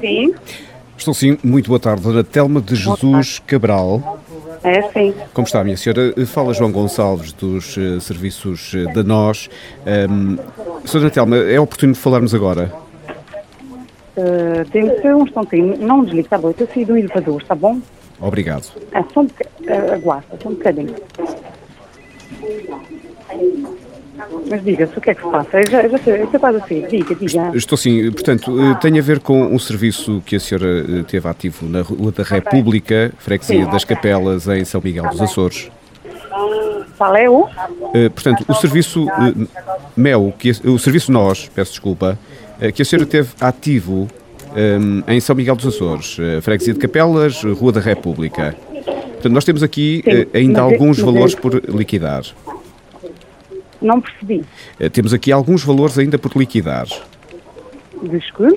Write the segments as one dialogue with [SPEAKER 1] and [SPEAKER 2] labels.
[SPEAKER 1] Sim,
[SPEAKER 2] Estou sim, muito boa tarde, Dona Telma de Jesus Cabral.
[SPEAKER 1] é sim.
[SPEAKER 2] Como está, minha senhora? Eh, Fala João Gonçalves dos eh, serviços eh, da Nós. Ahm, senhora Telma, é oportuno falarmos agora?
[SPEAKER 1] Uh, Dê-me só um instantinho. Não desligue, está bom? Eu saí do elevador, está bom?
[SPEAKER 2] Obrigado.
[SPEAKER 1] É, só um boca- eh, aguarda, só um bocadinho. Mas diga-se, o que é que se passa? Eu já, eu já sei, eu sei quase assim. Diga, diga.
[SPEAKER 2] Estou sim, portanto, eh, tem a ver com um serviço que a senhora eh, teve ativo na Rua da República, Freguesia das Capelas, em São Miguel dos Açores.
[SPEAKER 1] Qual é o?
[SPEAKER 2] Eh, portanto, o serviço eh, MEL, que, a- o serviço nós, peço desculpa, eh, que a senhora teve ativo eh, em São Miguel dos Açores, eh, Freguesia de Capelas, Rua da República. Portanto, nós temos aqui eh,
[SPEAKER 1] Sim,
[SPEAKER 2] ainda
[SPEAKER 1] mas é- mas
[SPEAKER 2] alguns
[SPEAKER 1] é-
[SPEAKER 2] valores por liquidar.
[SPEAKER 1] Não percebi.
[SPEAKER 2] Eh, temos aqui alguns valores ainda por liquidar. Eh,
[SPEAKER 1] Diz que?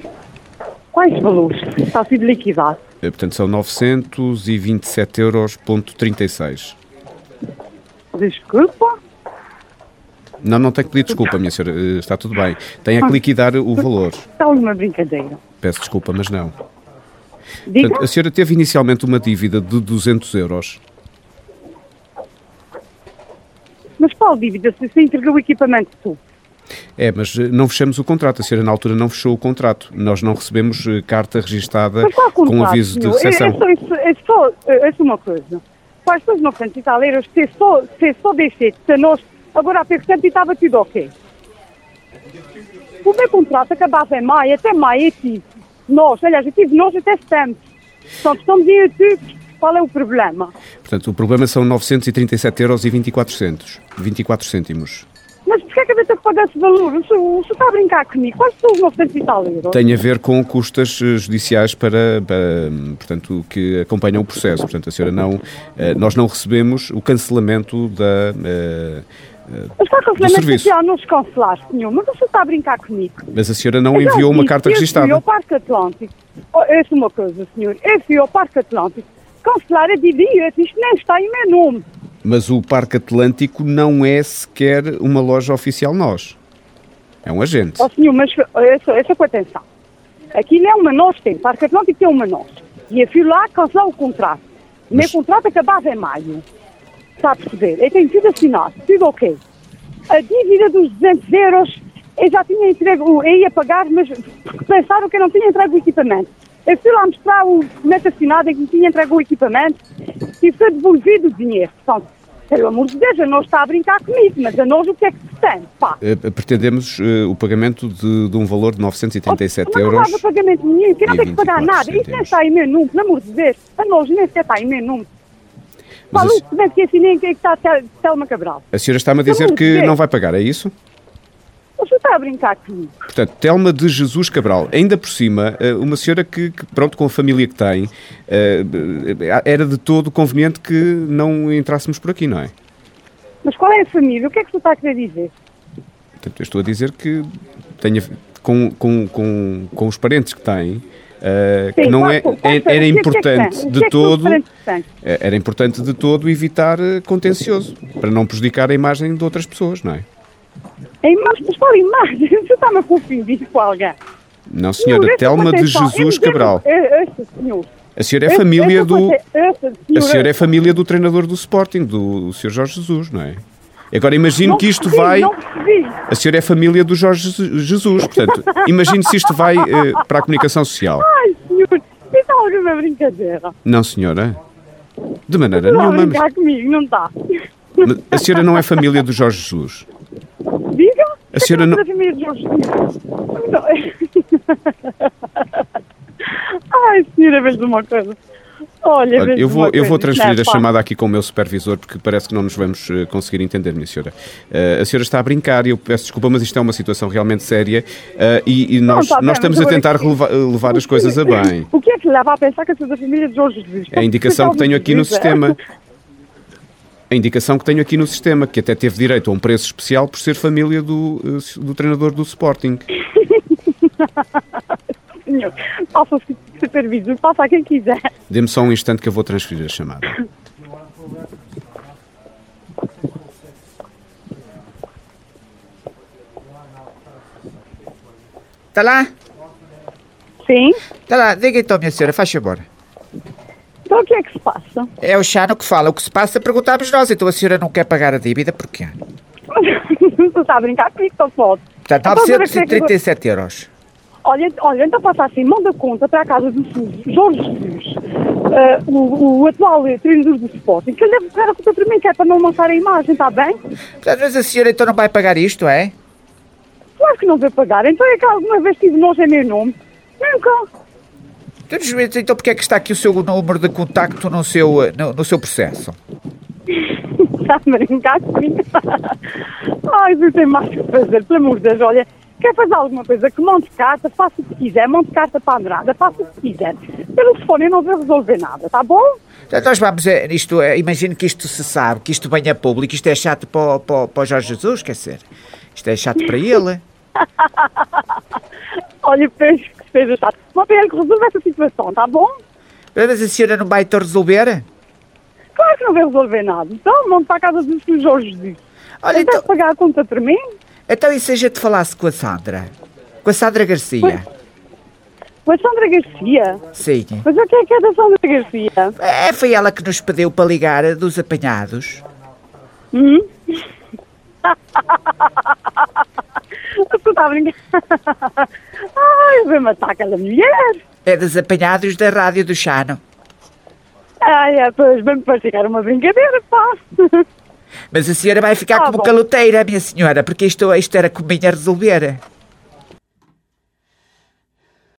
[SPEAKER 1] Quais valores? Está a ser liquidado.
[SPEAKER 2] Eh, portanto, são 927,36 euros.
[SPEAKER 1] Desculpa.
[SPEAKER 2] Não, não tem que pedir desculpa, minha senhora, eh, está tudo bem. Tem a que liquidar o valor.
[SPEAKER 1] Está-lhe uma brincadeira.
[SPEAKER 2] Peço desculpa, mas não.
[SPEAKER 1] Diga.
[SPEAKER 2] Portanto, a senhora teve inicialmente uma dívida de 200 euros.
[SPEAKER 1] Mas qual dívida? Se se entregou o equipamento tu?
[SPEAKER 2] É, mas eh, não fechamos o contrato. A senhora, na altura, não fechou o contrato. Nós não recebemos eh, carta registada
[SPEAKER 1] Mas qual
[SPEAKER 2] com
[SPEAKER 1] contrato,
[SPEAKER 2] aviso de
[SPEAKER 1] senhor? É-
[SPEAKER 2] recepção.
[SPEAKER 1] É, só, é, só, é só uma coisa. Para as pessoas não frente e tal, era se só, se só deixei de nós, agora a percente estava tudo ok. O meu contrato acabava em maio, até maio eu tive. Nós, aliás, eu tive nós até setembro. Portanto, estamos em outubro. Qual é o problema?
[SPEAKER 2] Portanto, o problema são 937 euros e 24 centos. 24 cêntimos.
[SPEAKER 1] Mas porquê é que eu tenho que pagar esse valor? O senhor o senhor está a brincar comigo? Quais são os 900 e tal euros?
[SPEAKER 2] Tem a ver com custas eh, judiciais para, para, hum, portanto, que acompanham o processo. Portanto, a senhora não... eh, Nós não recebemos o cancelamento da... eh, eh,
[SPEAKER 1] Mas qual é o
[SPEAKER 2] serviço.
[SPEAKER 1] cancelamento social? Não se cancelar, senhor. Mas o senhor está a brincar comigo?
[SPEAKER 2] Mas a senhora não enviou uma carta
[SPEAKER 1] Eu fui ao
[SPEAKER 2] registada.
[SPEAKER 1] Parque Atlântico. Oh, essa é uma coisa, senhor. Eu fui ao Parque Atlântico. Cancelar é de idiota. Isto nem está em meu nome.
[SPEAKER 2] Mas o Parque Atlântico não é sequer uma loja oficial nós. É um agente.
[SPEAKER 1] Ó senhor, mas oh, essa, essa com atenção. Aqui não é uma nós tem. Parque Atlântico tem uma nós. E eu fui lá cancelar o contrato. O Meu
[SPEAKER 2] Mas-
[SPEAKER 1] contrato acabava em maio. Está a perceber? Eu tenho tudo assinado. Tudo ok. A dívida dos 200 euros, eu já tinha entregue, o- eu ia pagar, mas porque pensaram que eu não tinha entregue o equipamento. Eu fui lá mostrar o documento assinado em que me tinha entregue o equipamento e foi devolvido o dinheiro. Portanto, pelo amor de Deus, a nós está a brincar comigo, mas a nós o que é que se tem? Pá.
[SPEAKER 2] Eh, pretendemos eh, o pagamento de, de um valor de 937
[SPEAKER 1] Oh, Mas
[SPEAKER 2] euros.
[SPEAKER 1] Não há pagamento nenhum, que não
[SPEAKER 2] e
[SPEAKER 1] tem que pagar
[SPEAKER 2] 24
[SPEAKER 1] nada. Isso nem
[SPEAKER 2] centavos.
[SPEAKER 1] está em meu nome, pelo amor de Deus. A nós nem sequer está em meu nome.
[SPEAKER 2] Mas
[SPEAKER 1] Fala
[SPEAKER 2] a-
[SPEAKER 1] o documento que é assim, assinei que está a Tel- Telma Cabral.
[SPEAKER 2] A senhora está-me a dizer
[SPEAKER 1] Não,
[SPEAKER 2] que
[SPEAKER 1] é.
[SPEAKER 2] não vai pagar, é isso?
[SPEAKER 1] O senhor está a brincar comigo.
[SPEAKER 2] Portanto, Telma de Jesus Cabral, ainda por cima, eh, uma senhora que, que, pronto, com a família que tem, eh, eh, era de todo conveniente que não entrássemos por aqui, não é?
[SPEAKER 1] Mas qual é a família? O que é que o senhor está a querer dizer?
[SPEAKER 2] Portanto, eu estou a dizer que tenha, com, com, com, com os parentes que tem, eh, que
[SPEAKER 1] Sim,
[SPEAKER 2] não
[SPEAKER 1] qual-
[SPEAKER 2] é,
[SPEAKER 1] qual-
[SPEAKER 2] é-
[SPEAKER 1] qual- o
[SPEAKER 2] era
[SPEAKER 1] que é que tem?
[SPEAKER 2] importante
[SPEAKER 1] O que é
[SPEAKER 2] de
[SPEAKER 1] que são os
[SPEAKER 2] todo,
[SPEAKER 1] parentes que têm?
[SPEAKER 2] eh, era importante de todo evitar eh, contencioso, para não prejudicar a imagem de outras pessoas, não é?
[SPEAKER 1] A imagem, mas qual imagem? O senhor está-me a confundir com alguém.
[SPEAKER 2] Não, senhora,
[SPEAKER 1] Senhor, essa
[SPEAKER 2] Telma de
[SPEAKER 1] contenção- eu
[SPEAKER 2] Jesus
[SPEAKER 1] dizer-
[SPEAKER 2] Cabral.
[SPEAKER 1] É, Esse senhor.
[SPEAKER 2] A senhora é
[SPEAKER 1] Esse-
[SPEAKER 2] família
[SPEAKER 1] essa
[SPEAKER 2] do.
[SPEAKER 1] conte- esse
[SPEAKER 2] A senhora é
[SPEAKER 1] esse-
[SPEAKER 2] família do treinador do Sporting, do Sr. Jorge Jesus, não é? Agora imagino
[SPEAKER 1] Não
[SPEAKER 2] que isto
[SPEAKER 1] percebi,
[SPEAKER 2] vai.
[SPEAKER 1] Não percebi.
[SPEAKER 2] A senhora é família do Jorge Jesu- Jesus, portanto, imagino se isto vai eh, para a comunicação social.
[SPEAKER 1] Ai, senhor, isso é alguma brincadeira.
[SPEAKER 2] Não, senhora? De maneira
[SPEAKER 1] Não,
[SPEAKER 2] nenhuma.
[SPEAKER 1] brincar comigo, não dá.
[SPEAKER 2] mas- mas A senhora não é família do Jorge Jesus.
[SPEAKER 1] Diga?
[SPEAKER 2] A senhora não-
[SPEAKER 1] Para mim, Jorge. Ai, senhora, vejo uma coisa. Olha,
[SPEAKER 2] Olha,
[SPEAKER 1] vejo
[SPEAKER 2] eu vou,
[SPEAKER 1] uma
[SPEAKER 2] eu
[SPEAKER 1] coisa.
[SPEAKER 2] vou transferir
[SPEAKER 1] Não,
[SPEAKER 2] a
[SPEAKER 1] pá.
[SPEAKER 2] chamada aqui com o meu supervisor, porque parece que não nos vamos eh, conseguir entender, minha senhora. Eh, a senhora está a brincar, e eu peço desculpa, mas isto é uma situação realmente séria eh, e, e nós,
[SPEAKER 1] tá bem,
[SPEAKER 2] nós estamos
[SPEAKER 1] mas
[SPEAKER 2] a
[SPEAKER 1] agora-
[SPEAKER 2] tentar releva- eh, levar as coisas a bem.
[SPEAKER 1] O que é que leva a pensar que eu sou da família de Jorge Jesus?
[SPEAKER 2] É a indicação que tenho aqui no
[SPEAKER 1] Jorge Jesus,
[SPEAKER 2] sistema. A indicação que tenho aqui no sistema, que até teve direito a um preço especial por ser família do, eh, do treinador do Sporting.
[SPEAKER 1] Senhor, faça o supervisor, faça a quem quiser.
[SPEAKER 2] Dê-me só um instante que eu vou transferir a chamada.
[SPEAKER 3] Está lá?
[SPEAKER 1] Sim.
[SPEAKER 3] Tá lá, diga então, minha senhora, faz favor.
[SPEAKER 1] Então o que é que se passa?
[SPEAKER 3] É o Chano que fala. O que se passa perguntámos nós. Então a senhora não quer pagar a dívida, porquê?
[SPEAKER 1] Você está a brincar comigo, Então, estou foda.
[SPEAKER 3] Está
[SPEAKER 1] Ah, é
[SPEAKER 3] 937 euros.
[SPEAKER 1] Olha, olha, então passa assim, mão da conta para a casa do Sus- Jorge Jesus, eh, o, o atual treinador do Sporting, que ele deve pegar a conta para mim, que é para não manchar a imagem, está bem?
[SPEAKER 3] Portanto, mas a senhora então não vai pagar isto, é?
[SPEAKER 1] Claro que não vou pagar, então é que alguma vez tive nós em meu nome. Nunca.
[SPEAKER 3] Então, juiz, então porquê é que está aqui o seu número de contacto no seu, eh, no, no seu processo?
[SPEAKER 1] Está a brincar comigo? um Ai, não tem mais o que fazer, pelo amor de Deus, olha. Quer fazer alguma coisa que monte carta, faça o que quiser, monte carta para a Andrada, faça o que quiser. Pelo telefone eu não vou resolver nada, tá bom?
[SPEAKER 3] Portanto, nós vamos, eh, isto, eh, imagino que isto se sabe, que isto venha a público, isto é chato para, o- para, o- para o Jorge Jesus, quer dizer, isto é chato para ele.
[SPEAKER 1] Olha, penso que seja chato. Uma pena que resolva essa situação, tá bom?
[SPEAKER 3] Mas a senhora não vai então resolver?
[SPEAKER 1] Claro que não vai resolver nada. Então, monte para a casa dos que o Jorge disse.
[SPEAKER 3] Olha,
[SPEAKER 1] Ele
[SPEAKER 3] então,
[SPEAKER 1] deve pagar a conta para mim?
[SPEAKER 3] então e se a gente falasse com a Sandra? Com a Sandra Garcia?
[SPEAKER 1] Mas Sandra Garcia?
[SPEAKER 3] Sim.
[SPEAKER 1] Mas o que é que é da Sandra Garcia?
[SPEAKER 3] É, foi ela que nos pediu para ligar eh, dos apanhados.
[SPEAKER 1] Tu está a brincar? Ai, eu vou matar aquela mulher.
[SPEAKER 3] É dos apanhados da rádio do Chano.
[SPEAKER 1] Ai, é, pois bem me praticar uma brincadeira, pá.
[SPEAKER 3] Mas a senhora vai ficar
[SPEAKER 1] Ah,
[SPEAKER 3] como
[SPEAKER 1] bom.
[SPEAKER 3] caloteira, minha senhora, porque isto, isto era como vinha a resolver.